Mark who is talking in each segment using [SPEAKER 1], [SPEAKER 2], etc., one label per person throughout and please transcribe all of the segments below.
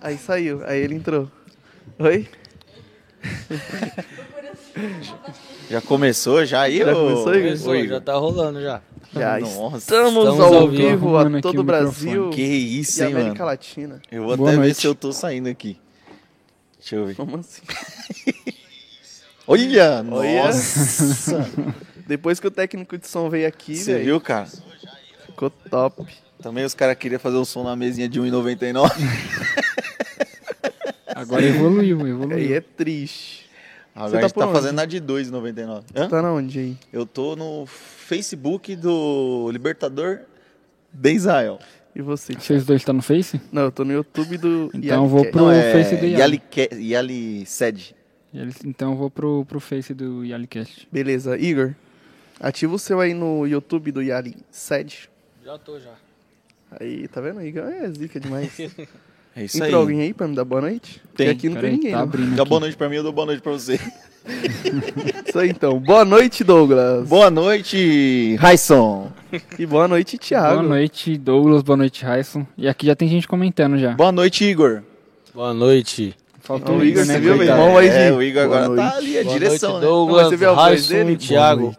[SPEAKER 1] Aí saiu, aí ele entrou. Oi?
[SPEAKER 2] Já começou já aí?
[SPEAKER 1] Já
[SPEAKER 2] ô-
[SPEAKER 1] começou, Igor?
[SPEAKER 2] ô,
[SPEAKER 3] Começou, já tá rolando já.
[SPEAKER 1] Já
[SPEAKER 2] Nossa.
[SPEAKER 1] estamos,
[SPEAKER 3] Estamos
[SPEAKER 1] ao,
[SPEAKER 3] ao vivo,
[SPEAKER 1] vivo
[SPEAKER 4] arrumando
[SPEAKER 1] a
[SPEAKER 4] aqui
[SPEAKER 1] todo o
[SPEAKER 4] o
[SPEAKER 1] Brasil
[SPEAKER 2] Que isso,
[SPEAKER 1] e
[SPEAKER 2] hein,
[SPEAKER 1] América
[SPEAKER 2] mano?
[SPEAKER 1] Latina.
[SPEAKER 2] Eu vou
[SPEAKER 4] Boa
[SPEAKER 2] até ver
[SPEAKER 4] noite.
[SPEAKER 2] se eu tô saindo aqui. Deixa eu ver.
[SPEAKER 1] Como assim?
[SPEAKER 2] Olha!
[SPEAKER 1] Olha.
[SPEAKER 2] Nossa!
[SPEAKER 1] Depois que o técnico de som veio aqui,
[SPEAKER 2] Você
[SPEAKER 1] velho,
[SPEAKER 2] viu, cara?
[SPEAKER 1] ficou top.
[SPEAKER 2] Também os caras queriam fazer o som na mesinha de 1,99.
[SPEAKER 4] Agora evoluiu,
[SPEAKER 1] Aí
[SPEAKER 4] evoluiu.
[SPEAKER 1] é triste.
[SPEAKER 2] Agora
[SPEAKER 1] tá
[SPEAKER 2] a gente
[SPEAKER 1] por
[SPEAKER 2] tá
[SPEAKER 1] onde?
[SPEAKER 2] fazendo na de 2,99. Hã?
[SPEAKER 1] Tá na onde aí?
[SPEAKER 2] Eu tô no Facebook do Libertador de Israel.
[SPEAKER 1] E você?
[SPEAKER 2] é
[SPEAKER 4] Vocês dois estão no Face?
[SPEAKER 1] Não, eu tô no YouTube do...
[SPEAKER 4] Então eu vou
[SPEAKER 1] Yalicat.
[SPEAKER 4] pro
[SPEAKER 2] É,
[SPEAKER 4] Face do Yali.
[SPEAKER 2] Yali, Ke- Yali Sed.
[SPEAKER 4] Ele- Então eu vou pro, pro Face do Yalicast.
[SPEAKER 1] Beleza, Igor. Ativa o seu aí no YouTube do Yali Sede.
[SPEAKER 3] Já tô já.
[SPEAKER 1] Aí, tá vendo? Igor é zica demais.
[SPEAKER 2] É isso
[SPEAKER 1] Entrou
[SPEAKER 2] aí.
[SPEAKER 1] alguém aí pra me dar boa noite? Porque
[SPEAKER 2] É Tem.
[SPEAKER 1] aqui não tem
[SPEAKER 4] Peraí,
[SPEAKER 1] ninguém.
[SPEAKER 4] tá
[SPEAKER 1] né?
[SPEAKER 4] abrindo
[SPEAKER 2] Dá boa
[SPEAKER 4] aqui.
[SPEAKER 2] noite pra mim, eu dou boa noite pra você.
[SPEAKER 1] Isso aí então. Boa noite, Douglas.
[SPEAKER 2] Boa noite, Raisson.
[SPEAKER 1] E boa noite, Thiago.
[SPEAKER 4] Boa noite, Douglas. Boa noite, Raison. E aqui já tem gente comentando já.
[SPEAKER 2] Boa noite, Igor.
[SPEAKER 3] Boa noite.
[SPEAKER 2] então
[SPEAKER 4] Faltou
[SPEAKER 1] O
[SPEAKER 4] o
[SPEAKER 1] Igor,
[SPEAKER 4] Igor,
[SPEAKER 1] você
[SPEAKER 4] né?
[SPEAKER 1] viu, meu
[SPEAKER 4] coitado?
[SPEAKER 1] irmão? Aí de-
[SPEAKER 2] É, o Igor
[SPEAKER 1] Boa
[SPEAKER 2] agora
[SPEAKER 1] noite.
[SPEAKER 2] tá ali, a
[SPEAKER 3] Boa
[SPEAKER 2] direção,
[SPEAKER 3] noite,
[SPEAKER 1] Mas você
[SPEAKER 2] né?
[SPEAKER 3] Douglas,
[SPEAKER 1] viu a voz
[SPEAKER 3] Raíssa
[SPEAKER 1] dele?
[SPEAKER 3] e Thiago.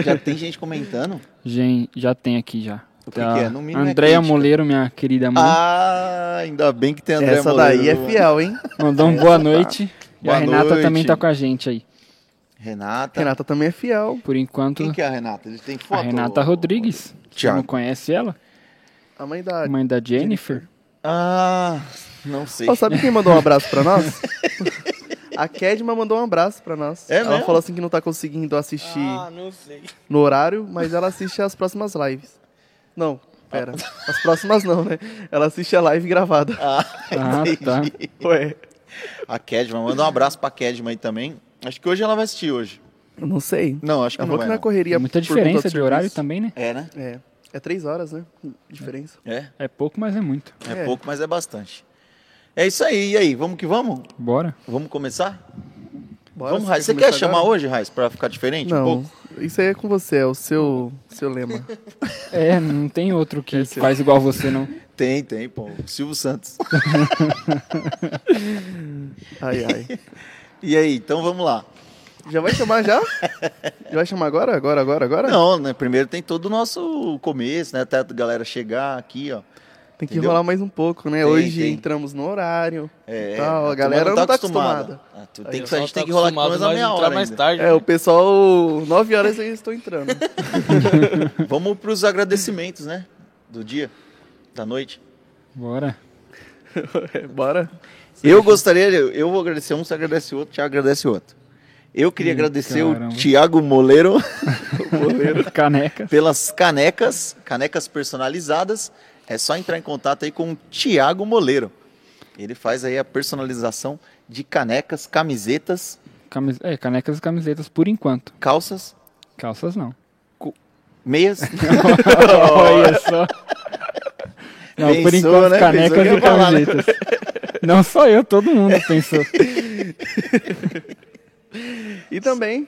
[SPEAKER 2] Já tem gente comentando?
[SPEAKER 4] Gen- já tem aqui já.
[SPEAKER 2] O que
[SPEAKER 4] Tá.
[SPEAKER 2] que é? No mínimo é
[SPEAKER 4] Andréia
[SPEAKER 2] crítica.
[SPEAKER 4] Moleiro, minha querida mãe,
[SPEAKER 2] Ah, ainda bem que tem André
[SPEAKER 1] Uhum. Essa
[SPEAKER 2] Moleiro
[SPEAKER 1] daí é
[SPEAKER 2] no-
[SPEAKER 1] fiel, hein?
[SPEAKER 4] mandou um boa noite. E
[SPEAKER 2] tá. Boa
[SPEAKER 4] a Renata
[SPEAKER 2] noite.
[SPEAKER 4] também tá com a gente aí.
[SPEAKER 2] Renata.
[SPEAKER 1] Renata também é fiel.
[SPEAKER 4] Por enquanto,
[SPEAKER 2] Quem que é a Renata? Eles têm foto.
[SPEAKER 4] a Renata Rodrigues. Você não
[SPEAKER 2] Thiago.
[SPEAKER 4] conhece ela?
[SPEAKER 1] A mãe da.
[SPEAKER 4] Mãe da Jennifer.
[SPEAKER 2] Ah, não sei.
[SPEAKER 1] Ó, sabe quem mandou um abraço pra nós? A Kedma mandou um abraço pra nós.
[SPEAKER 2] É
[SPEAKER 1] ela
[SPEAKER 2] mesmo? Ah.
[SPEAKER 1] falou assim que não tá conseguindo assistir
[SPEAKER 3] Ah, não sei.
[SPEAKER 1] no horário, mas ela assiste as próximas lives. Não, pera. As próximas não, né? Ela assiste a live gravada.
[SPEAKER 4] Ah, tá.
[SPEAKER 1] Ué.
[SPEAKER 2] A Kedma, manda um abraço pra Kedma aí também. Acho que hoje ela vai assistir hoje.
[SPEAKER 1] Eu não sei.
[SPEAKER 2] Não, acho que
[SPEAKER 1] Eu
[SPEAKER 2] não
[SPEAKER 1] vou que é
[SPEAKER 2] vai.
[SPEAKER 1] na
[SPEAKER 2] Não.
[SPEAKER 1] correria.
[SPEAKER 4] Muita
[SPEAKER 1] por conta do
[SPEAKER 4] diferença de
[SPEAKER 1] serviço.
[SPEAKER 4] horário também, né?
[SPEAKER 2] É, né?
[SPEAKER 1] É. É três horas, né? Diferença.
[SPEAKER 2] É.
[SPEAKER 4] É pouco, mas é muito.
[SPEAKER 2] É,
[SPEAKER 1] É.
[SPEAKER 2] pouco, mas é bastante. É isso aí. E aí, vamos que vamos?
[SPEAKER 4] Bora.
[SPEAKER 2] Vamos começar?
[SPEAKER 1] Bora,
[SPEAKER 2] vamos, Raiz. Você quer
[SPEAKER 1] começar
[SPEAKER 2] chamar
[SPEAKER 1] agora?
[SPEAKER 2] hoje, Raiz, pra ficar diferente um
[SPEAKER 1] Não,
[SPEAKER 2] pouco?
[SPEAKER 1] isso aí é com você, é o seu, seu lema.
[SPEAKER 4] É, não tem outro
[SPEAKER 2] É,
[SPEAKER 4] que faz igual você, não.
[SPEAKER 2] Tem, tem, pô. Silvio Santos.
[SPEAKER 1] Ai, ai.
[SPEAKER 2] E aí, então vamos lá.
[SPEAKER 1] Já vai chamar já? Já vai chamar agora? Agora, agora, agora?
[SPEAKER 2] Não, né? Primeiro tem todo o nosso começo, né? Até a galera chegar aqui, ó.
[SPEAKER 1] Tem que
[SPEAKER 2] Entendeu?
[SPEAKER 1] enrolar mais um pouco, né?
[SPEAKER 2] Tem,
[SPEAKER 1] Hoje
[SPEAKER 2] tem.
[SPEAKER 1] entramos no horário. tal,
[SPEAKER 2] É,
[SPEAKER 1] Então, a
[SPEAKER 2] turma
[SPEAKER 1] galera não tá acostumada.
[SPEAKER 2] Ah, tu
[SPEAKER 1] Aí,
[SPEAKER 2] tem
[SPEAKER 1] o
[SPEAKER 2] que, a
[SPEAKER 3] tá
[SPEAKER 2] gente tem que rolar aqui pelo menos a meia hora.
[SPEAKER 3] mais
[SPEAKER 2] ainda.
[SPEAKER 3] tarde.
[SPEAKER 1] É, o pessoal, 9 horas eu estou entrando.
[SPEAKER 2] Vamos pros agradecimentos, né? Do dia, da noite.
[SPEAKER 4] Bora.
[SPEAKER 1] Bora?
[SPEAKER 2] Eu gostaria, eu eu vou agradecer um, você agradece o outro, o Thiago agradece o outro. Eu queria
[SPEAKER 4] Ih,
[SPEAKER 2] agradecer
[SPEAKER 4] caramba.
[SPEAKER 2] o Thiago Moleiro
[SPEAKER 4] Caneca.
[SPEAKER 2] pelas canecas, canecas personalizadas. É só entrar em contato aí com o Thiago Moleiro. Ele faz aí a personalização de canecas, camisetas,
[SPEAKER 4] Camis... É, canecas e camisetas por enquanto.
[SPEAKER 2] calças,
[SPEAKER 4] Calças não.
[SPEAKER 2] meias.
[SPEAKER 4] Olha só. Não, por
[SPEAKER 2] Pensou,
[SPEAKER 4] enquanto,
[SPEAKER 2] né? Pensou
[SPEAKER 4] canecas
[SPEAKER 2] que ia
[SPEAKER 4] e
[SPEAKER 2] falar, né?
[SPEAKER 4] camisetas. Não só eu, todo mundo pensou.
[SPEAKER 1] E também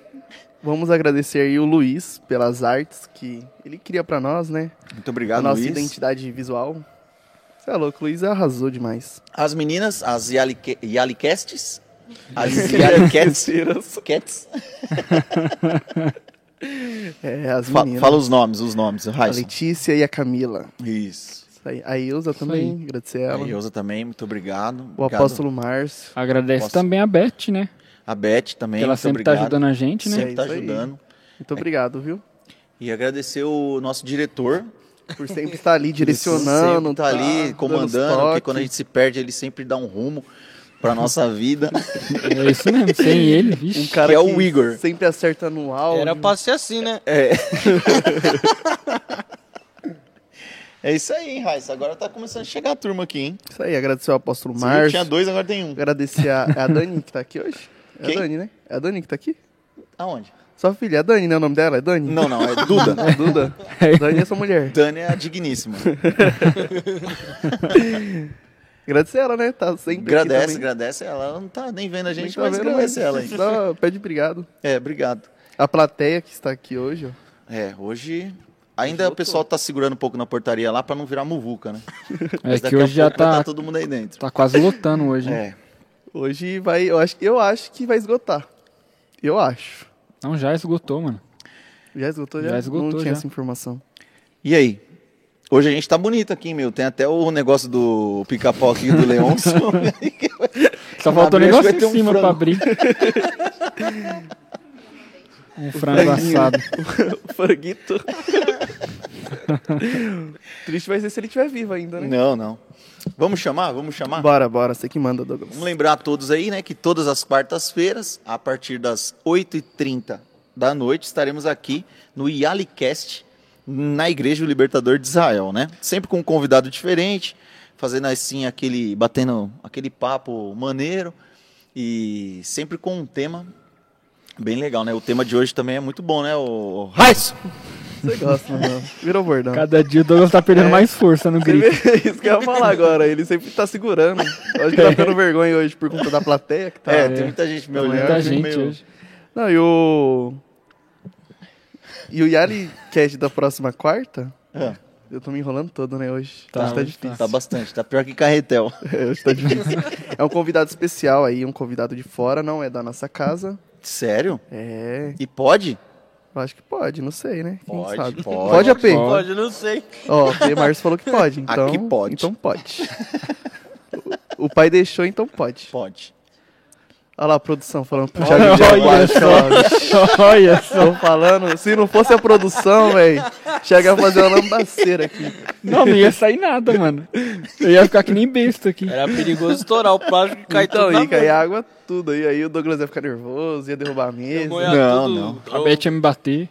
[SPEAKER 1] vamos agradecer aí o Luiz pelas artes que ele cria pra nós, né?
[SPEAKER 2] Muito
[SPEAKER 1] A
[SPEAKER 2] obrigado,
[SPEAKER 1] nossa
[SPEAKER 2] Ah, Luiz.
[SPEAKER 1] identidade visual. Você é louco, o Luiz arrasou demais.
[SPEAKER 2] As meninas, as Yalique- Yalicasts. As Yalicasts.
[SPEAKER 1] É, as
[SPEAKER 2] Fa
[SPEAKER 1] meninas.
[SPEAKER 2] fala os nomes, os nomes.
[SPEAKER 1] a
[SPEAKER 2] Raíssa.
[SPEAKER 1] Letícia e a Camila.
[SPEAKER 2] Isso.
[SPEAKER 1] Isso aí. A Ilza também, agradecer
[SPEAKER 2] A
[SPEAKER 1] ela.
[SPEAKER 2] Elza também, muito obrigado.
[SPEAKER 1] Tá O
[SPEAKER 2] Obrigado.
[SPEAKER 1] apóstolo Márcio.
[SPEAKER 4] Agradece
[SPEAKER 2] Posso-
[SPEAKER 4] também a Beth, né?
[SPEAKER 2] A Beth também,
[SPEAKER 4] Que ela
[SPEAKER 2] muito
[SPEAKER 4] sempre tá
[SPEAKER 2] obrigado.
[SPEAKER 4] ajudando a gente, né?
[SPEAKER 2] Sempre
[SPEAKER 1] É
[SPEAKER 2] tá
[SPEAKER 1] isso aí.
[SPEAKER 2] ajudando.
[SPEAKER 1] Muito obrigado, viu?
[SPEAKER 2] E agradecer o nosso diretor.
[SPEAKER 1] Por sempre estar ali direcionando.
[SPEAKER 2] Sempre tá ali,
[SPEAKER 1] dando
[SPEAKER 2] comandando.
[SPEAKER 1] os
[SPEAKER 2] Porque
[SPEAKER 1] toques.
[SPEAKER 2] quando a gente se perde, ele sempre dá um rumo pra nossa vida.
[SPEAKER 4] É isso mesmo. Sem ele,
[SPEAKER 1] Um
[SPEAKER 4] vixe.
[SPEAKER 1] cara
[SPEAKER 2] que é o Igor.
[SPEAKER 1] Sempre acerta no áudio.
[SPEAKER 3] Era pra ser assim, né?
[SPEAKER 2] É isso aí, hein, Raíssa. Agora tá começando a chegar a turma aqui, hein?
[SPEAKER 1] Isso aí, agradecer ao apóstolo
[SPEAKER 2] Você viu que
[SPEAKER 1] Márcio.
[SPEAKER 2] Tinha dois, agora tem um.
[SPEAKER 1] Agradecer a, é a Dani que tá aqui hoje. É
[SPEAKER 2] Quem?
[SPEAKER 1] a Dani, né? É a Dani que tá aqui?
[SPEAKER 2] Aonde?
[SPEAKER 1] Sua filha, é a Dani, né? O nome dela é Dani?
[SPEAKER 2] Não, não, é Duda.
[SPEAKER 1] A Duda. Dani é sua mulher.
[SPEAKER 2] Dani é a digníssima.
[SPEAKER 1] Agradecer ela, né? Tá sempre
[SPEAKER 2] Agradece,
[SPEAKER 1] aqui
[SPEAKER 2] agradece. Ela Ela não tá nem vendo a
[SPEAKER 1] também.
[SPEAKER 2] gente,
[SPEAKER 1] Tá
[SPEAKER 2] mas
[SPEAKER 1] vendo,
[SPEAKER 2] agradece
[SPEAKER 1] mas
[SPEAKER 2] ela aí.
[SPEAKER 1] só Pede obrigado.
[SPEAKER 2] É, obrigado.
[SPEAKER 1] A plateia que está aqui hoje, ó.
[SPEAKER 2] É, hoje Ainda o pessoal tá segurando um pouco na portaria lá pra não virar muvuca, né?
[SPEAKER 4] É que
[SPEAKER 2] daqui a
[SPEAKER 4] hoje já
[SPEAKER 2] pouco vai
[SPEAKER 4] tá,
[SPEAKER 2] todo mundo aí dentro.
[SPEAKER 4] tá quase lotando hoje. hein?
[SPEAKER 2] É.
[SPEAKER 1] Hoje vai. Eu acho, eu acho que vai esgotar. Eu acho.
[SPEAKER 4] Não, já esgotou, mano.
[SPEAKER 1] Já esgotou?
[SPEAKER 4] Já esgotou,
[SPEAKER 1] Não tinha
[SPEAKER 4] já.
[SPEAKER 1] essa informação.
[SPEAKER 2] E aí? Hoje a gente tá bonito aqui, meu. Tem até o negócio do pica-pau aqui do Leonson.
[SPEAKER 4] Só faltou o
[SPEAKER 2] Abriu, acho que vai
[SPEAKER 4] negócio
[SPEAKER 2] ter
[SPEAKER 4] em
[SPEAKER 2] um
[SPEAKER 4] cima pra
[SPEAKER 2] frango.
[SPEAKER 4] abrir. um frango
[SPEAKER 1] franguinho.
[SPEAKER 4] assado.
[SPEAKER 1] O franguito. Triste vai ser se ele estiver vivo ainda, né?
[SPEAKER 2] não, não. Vamos chamar? Vamos chamar?
[SPEAKER 1] Bora, bora. Você que manda, Douglas.
[SPEAKER 2] Vamos lembrar a todos aí, né, que todas as quartas-feiras, a partir das 8h30 da noite, estaremos aqui no Yalicast, na Igreja do Libertador de Israel, né? Sempre com um convidado diferente, fazendo assim aquele, batendo aquele papo maneiro e sempre com um tema bem legal, né? O tema de hoje também é muito bom, né? O Raiz!
[SPEAKER 1] Você gosta, mano. Virou bordão.
[SPEAKER 4] Cada dia o Douglas tá perdendo mais força no grito. É.
[SPEAKER 1] Isso que eu ia falar agora. Ele sempre tá segurando. Eu acho que tá ficando vergonha hoje por conta da plateia que tá.
[SPEAKER 2] É, tem muita gente me olhando.
[SPEAKER 4] Muita
[SPEAKER 2] eu fico
[SPEAKER 4] gente
[SPEAKER 2] meio-
[SPEAKER 4] hoje.
[SPEAKER 1] Não, e o. E o Yali Cast da próxima quarta?
[SPEAKER 2] É,
[SPEAKER 1] Eu tô me enrolando todo, né, hoje.
[SPEAKER 4] Tá,
[SPEAKER 1] hoje tá
[SPEAKER 4] hoje
[SPEAKER 1] difícil.
[SPEAKER 2] tá bastante, tá pior que carretel.
[SPEAKER 1] É, hoje tá difícil. é um convidado especial aí, um convidado de fora, não é da nossa casa.
[SPEAKER 2] Sério?
[SPEAKER 1] É,
[SPEAKER 2] E pode?
[SPEAKER 1] eu acho que pode, não sei, né? Quem
[SPEAKER 2] Pode,
[SPEAKER 1] sabe?
[SPEAKER 2] pode.
[SPEAKER 1] pode AP.
[SPEAKER 3] Pode, eu não sei.
[SPEAKER 1] Ó, o P. Márcio falou que pode, então.
[SPEAKER 2] Aqui pode.
[SPEAKER 1] Então pode. O o pai deixou, então pode.
[SPEAKER 2] Pode.
[SPEAKER 1] Olha lá a produção falando pro Thiago Jaguar.
[SPEAKER 4] Olha só, olha só.
[SPEAKER 1] Estão falando, se não fosse a produção, velho, chega a fazer uma lambaceira aqui.
[SPEAKER 4] Não, não ia sair nada, mano. Eu ia ficar que nem besta aqui.
[SPEAKER 3] Era perigoso estourar o plástico e cair
[SPEAKER 1] então,
[SPEAKER 3] tudo na
[SPEAKER 1] ia cair
[SPEAKER 3] mesa.
[SPEAKER 1] água, tudo. E aí o Douglas ia ficar nervoso, ia derrubar a mesa.
[SPEAKER 3] Moia
[SPEAKER 2] Não,
[SPEAKER 3] tudo.
[SPEAKER 2] não.
[SPEAKER 4] A Beth ia me bater.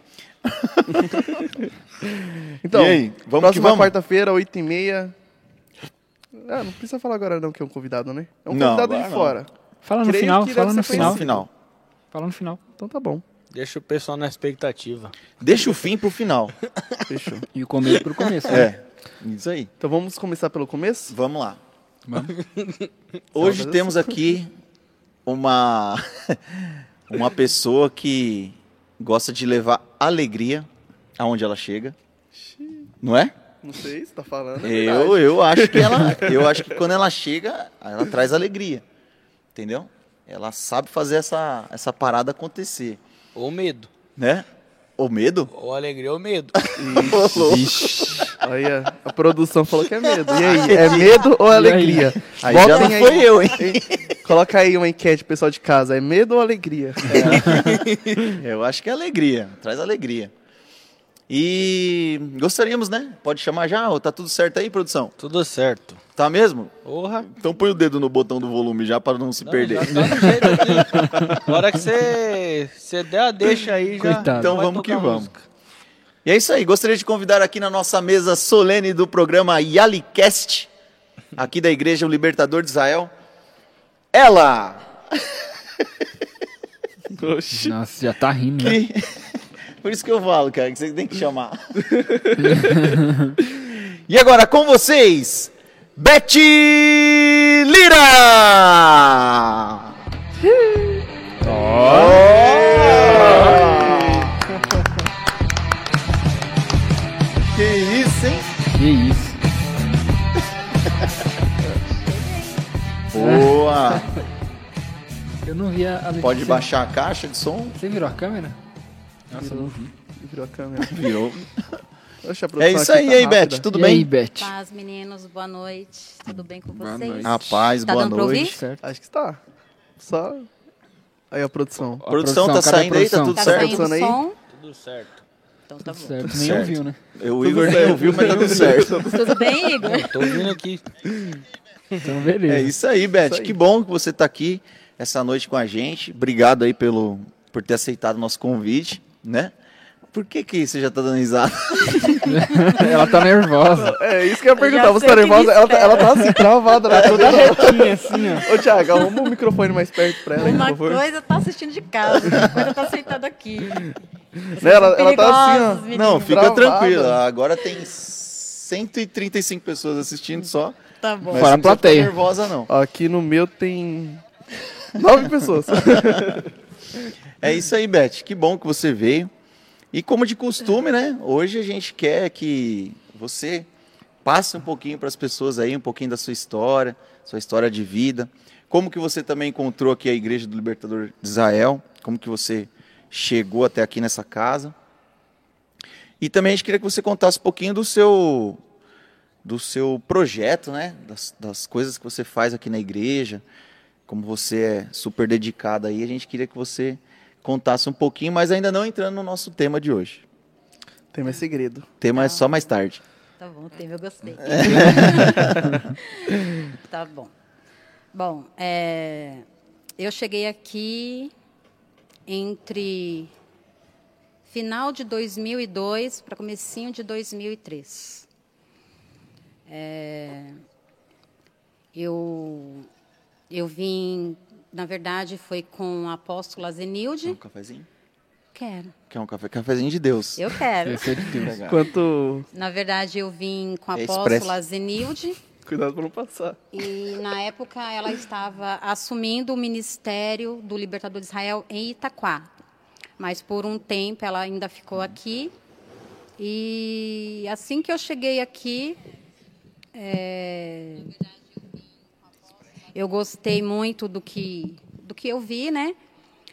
[SPEAKER 1] Então,
[SPEAKER 2] E aí, vamos que
[SPEAKER 1] próxima
[SPEAKER 2] vamos?
[SPEAKER 1] quarta-feira, 8h30. Ah, não precisa falar agora não que é um convidado, né? É um
[SPEAKER 2] Não,
[SPEAKER 1] convidado
[SPEAKER 2] agora
[SPEAKER 1] de
[SPEAKER 2] não.
[SPEAKER 1] fora.
[SPEAKER 4] Fala no
[SPEAKER 1] Creio
[SPEAKER 4] final,
[SPEAKER 1] que
[SPEAKER 4] fala
[SPEAKER 1] deve
[SPEAKER 4] no
[SPEAKER 1] ser
[SPEAKER 4] final.
[SPEAKER 2] No final.
[SPEAKER 4] Fala no final.
[SPEAKER 1] Então tá bom,
[SPEAKER 3] Deixa o pessoal na expectativa.
[SPEAKER 2] Deixa o fim pro final.
[SPEAKER 1] fechou.
[SPEAKER 4] E o começo pro começo. né?
[SPEAKER 2] É. Isso aí.
[SPEAKER 1] Então vamos começar pelo começo?
[SPEAKER 2] Vamos lá.
[SPEAKER 4] Vamos.
[SPEAKER 2] Hoje
[SPEAKER 1] Saudades.
[SPEAKER 2] temos aqui uma uma pessoa que gosta de levar alegria aonde ela chega. Não é?
[SPEAKER 1] Não sei se tá falando. é
[SPEAKER 2] Eu, eu acho que ela, eu acho que quando ela chega, ela traz alegria. Entendeu? Ela sabe fazer essa essa parada acontecer,
[SPEAKER 3] Ou medo.
[SPEAKER 2] né? O medo?
[SPEAKER 3] Ou alegria ou medo.
[SPEAKER 1] verdade. Olha, a produção falou que é medo. E aí, é medo ou é
[SPEAKER 4] aí?
[SPEAKER 1] alegria?
[SPEAKER 2] Aí já não foi eu, hein?
[SPEAKER 1] Coloca aí uma enquete, pessoal de casa. É medo ou alegria?
[SPEAKER 2] Eu acho que é alegria, traz alegria. E gostaríamos, né? Pode chamar já? Ou tá tudo certo aí, produção?
[SPEAKER 3] Tudo certo.
[SPEAKER 2] Tá mesmo?
[SPEAKER 3] Porra.
[SPEAKER 2] Então põe o dedo no botão do volume já para não se
[SPEAKER 3] Não,
[SPEAKER 2] perder.
[SPEAKER 3] já tá no jeito aqui. Na hora que você você der a deixa aí, já.
[SPEAKER 4] Coitado.
[SPEAKER 2] Então
[SPEAKER 3] vai
[SPEAKER 2] vamos
[SPEAKER 3] tocar
[SPEAKER 2] que
[SPEAKER 3] a
[SPEAKER 2] vamos.
[SPEAKER 3] música.
[SPEAKER 2] E é isso aí, gostaria de convidar aqui na nossa mesa solene do programa Yalicast, aqui da Igreja O Libertador de Israel, ela! É.
[SPEAKER 1] Oxi.
[SPEAKER 4] Nossa, já tá rindo, né?
[SPEAKER 2] que- Por isso que eu falo, cara, que você tem que chamar. e agora com vocês, Beth Lira! Oh! Que isso, hein?
[SPEAKER 4] Que isso.
[SPEAKER 2] Boa!
[SPEAKER 4] Eu não vi a a Letícia.
[SPEAKER 2] Pode baixar a caixa de som.
[SPEAKER 4] Você virou a câmera? Nossa, eu não vi.
[SPEAKER 1] Virou a câmera.
[SPEAKER 2] Virou. um
[SPEAKER 1] Oxe, a
[SPEAKER 2] É
[SPEAKER 1] produção
[SPEAKER 2] isso
[SPEAKER 1] aqui
[SPEAKER 2] aí,
[SPEAKER 1] tá
[SPEAKER 2] aí,
[SPEAKER 1] rápida.
[SPEAKER 2] Beth. Tudo
[SPEAKER 4] e
[SPEAKER 2] bem?
[SPEAKER 4] aí, Beth?
[SPEAKER 5] Paz, meninos, boa noite. Tudo bem com
[SPEAKER 4] Boa
[SPEAKER 5] vocês?
[SPEAKER 4] noite.
[SPEAKER 2] Ah, Rapaz,
[SPEAKER 5] Tá
[SPEAKER 2] boa
[SPEAKER 5] dando pra ouvir?
[SPEAKER 2] noite.
[SPEAKER 4] Certo.
[SPEAKER 1] Acho que está. Só. Aí a produção.
[SPEAKER 4] Ó,
[SPEAKER 2] Produção, tá
[SPEAKER 4] cadê a
[SPEAKER 2] saindo aí? Tá tudo
[SPEAKER 5] Tá
[SPEAKER 2] certo?
[SPEAKER 5] saindo
[SPEAKER 1] Funciona
[SPEAKER 5] o
[SPEAKER 1] aí?
[SPEAKER 5] som?
[SPEAKER 3] Tudo certo.
[SPEAKER 5] Então tá bom.
[SPEAKER 4] Certo, nem
[SPEAKER 2] certo.
[SPEAKER 4] ouviu, né?
[SPEAKER 2] O Igor não ouviu, mas tá tudo certo.
[SPEAKER 5] Tudo bem, Igor?
[SPEAKER 3] Tô vindo aqui.
[SPEAKER 4] Então, beleza.
[SPEAKER 2] É isso aí, Beth.
[SPEAKER 1] Isso aí.
[SPEAKER 2] Que bom que você tá aqui essa noite com a gente. Obrigado aí pelo, por ter aceitado o nosso convite, né? Por que, que você já tá dando risada?
[SPEAKER 4] Ela tá nervosa.
[SPEAKER 1] É isso que eu ia perguntar.
[SPEAKER 5] Já
[SPEAKER 1] Você
[SPEAKER 5] sei
[SPEAKER 1] tá
[SPEAKER 5] o que me
[SPEAKER 1] nervosa? Ela, tá-
[SPEAKER 5] espera.
[SPEAKER 1] ela tá assim, travada. Ela tá toda
[SPEAKER 4] retinha assim, ó.
[SPEAKER 1] Ô, Thiago, arruma o microfone mais perto pra ela, aí, por
[SPEAKER 5] Uma
[SPEAKER 1] favor.
[SPEAKER 5] coisa tá assistindo de casa, outra coisa tá sentada aqui.
[SPEAKER 1] Né, ela,
[SPEAKER 5] são
[SPEAKER 1] ela tá assim,
[SPEAKER 5] perigosos,
[SPEAKER 2] Não,
[SPEAKER 5] meninos.
[SPEAKER 2] fica
[SPEAKER 1] Travada.
[SPEAKER 2] tranquilo. Agora tem 135 pessoas assistindo só.
[SPEAKER 5] Tá bom.
[SPEAKER 2] Mas você
[SPEAKER 4] Fora
[SPEAKER 2] não precisa
[SPEAKER 4] a
[SPEAKER 2] ficar
[SPEAKER 4] plateia.
[SPEAKER 2] nervosa, não.
[SPEAKER 1] ó. Aqui no meu tem. Nove pessoas.
[SPEAKER 2] É isso aí, Beth. Que bom que você veio. E como de costume, né? Hoje a gente quer que você passe um pouquinho para as pessoas aí, um pouquinho da sua história, sua história de vida. Como que você também encontrou aqui a Igreja do Libertador de Israel? Como que você chegou até aqui nessa casa? E também a gente queria que você contasse um pouquinho do seu do seu projeto, né? Das, das coisas que você faz aqui na igreja. Como você é super dedicado aí, a gente queria que você contasse um pouquinho, mas ainda não entrando no nosso tema de hoje.
[SPEAKER 1] O tema é segredo.
[SPEAKER 2] O tema é só mais tarde.
[SPEAKER 5] Tá bom, teve, eu gostei. tá bom. Bom, é, eu cheguei aqui entre final de 2002 para comecinho de 2003. É, eu, eu vim, na verdade, foi com a apóstola
[SPEAKER 2] Quer um
[SPEAKER 5] Zenilde.
[SPEAKER 2] cafezinho?
[SPEAKER 5] Quero,
[SPEAKER 2] Quer um café? Cafezinho de Deus.
[SPEAKER 5] eu quero.
[SPEAKER 4] Esse é de Deus.
[SPEAKER 2] Legal.
[SPEAKER 1] Quanto.
[SPEAKER 5] Na verdade, eu vim com a
[SPEAKER 2] É
[SPEAKER 5] apóstola Zenilde.
[SPEAKER 1] Cuidado pra não passar.
[SPEAKER 5] E na época ela estava assumindo o ministério do Libertador de Israel em Itaquá. Mas por um tempo ela ainda ficou aqui. E assim que eu cheguei aqui, é, eu gostei muito do que, do que eu vi, né?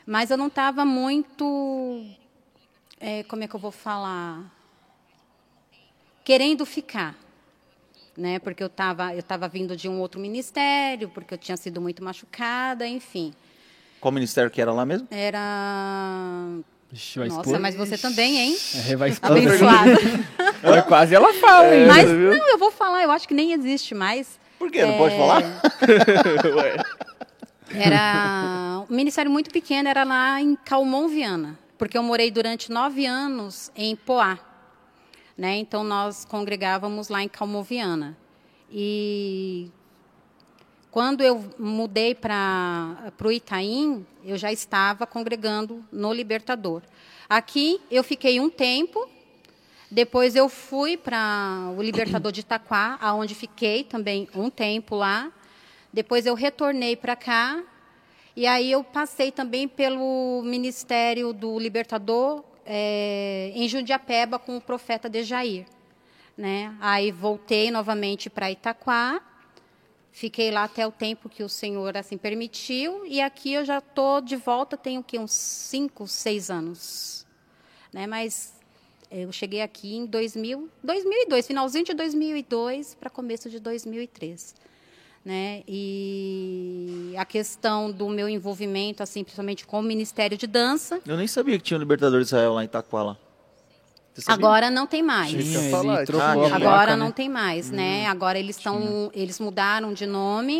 [SPEAKER 5] Mas eu não estava muito. é, como é que eu vou falar? Querendo ficar né? Porque eu estava eu tava vindo de um outro ministério, porque eu tinha sido muito machucada, enfim.
[SPEAKER 2] Qual ministério que era lá mesmo?
[SPEAKER 5] Era.
[SPEAKER 4] Ixi, vai
[SPEAKER 5] Nossa,
[SPEAKER 4] expor.
[SPEAKER 5] mas você também, hein?
[SPEAKER 4] É, vai expor.
[SPEAKER 5] Abençoada.
[SPEAKER 4] Olha, quase ela fala, hein?
[SPEAKER 5] Mas
[SPEAKER 1] você viu?
[SPEAKER 5] não, eu vou falar, eu acho que nem existe mais.
[SPEAKER 2] Por quê? Não pode
[SPEAKER 5] É.
[SPEAKER 2] falar?
[SPEAKER 1] Ué.
[SPEAKER 5] Era um ministério muito pequeno, era lá em Calmon, Viana. Porque eu morei durante nove anos em Poá. Né? Então, nós congregávamos lá em Calmon, Viana. E quando eu mudei para o Itaim, eu já estava congregando no Libertador. Aqui, eu fiquei um tempo. Depois eu fui para o Libertador de Itaquá, aonde fiquei também um tempo lá. Depois eu retornei para cá. E aí eu passei também pelo Ministério do Libertador eh, em Jundiapeba com o profeta Dejair. Né? Aí voltei novamente para Itaquá. Fiquei lá até o tempo que o Senhor assim permitiu. E aqui eu já estou de volta, tenho que uns cinco, seis anos. Né? Mas eu cheguei aqui em 2000, 2002, finalzinho de 2002 para começo de 2003, né? E a questão do meu envolvimento assim, principalmente com o Ministério de Dança,
[SPEAKER 2] Eu nem sabia que tinha um Libertador de Israel lá em Itaquala. Você sabia?
[SPEAKER 5] agora não tem mais.
[SPEAKER 1] Sim, Hum.
[SPEAKER 4] Tinha,
[SPEAKER 1] falar,
[SPEAKER 4] ele trocou
[SPEAKER 2] tinha.
[SPEAKER 4] a placa,
[SPEAKER 5] Agora não
[SPEAKER 4] né?
[SPEAKER 5] tem mais, né? Agora eles estão, eles mudaram de nome.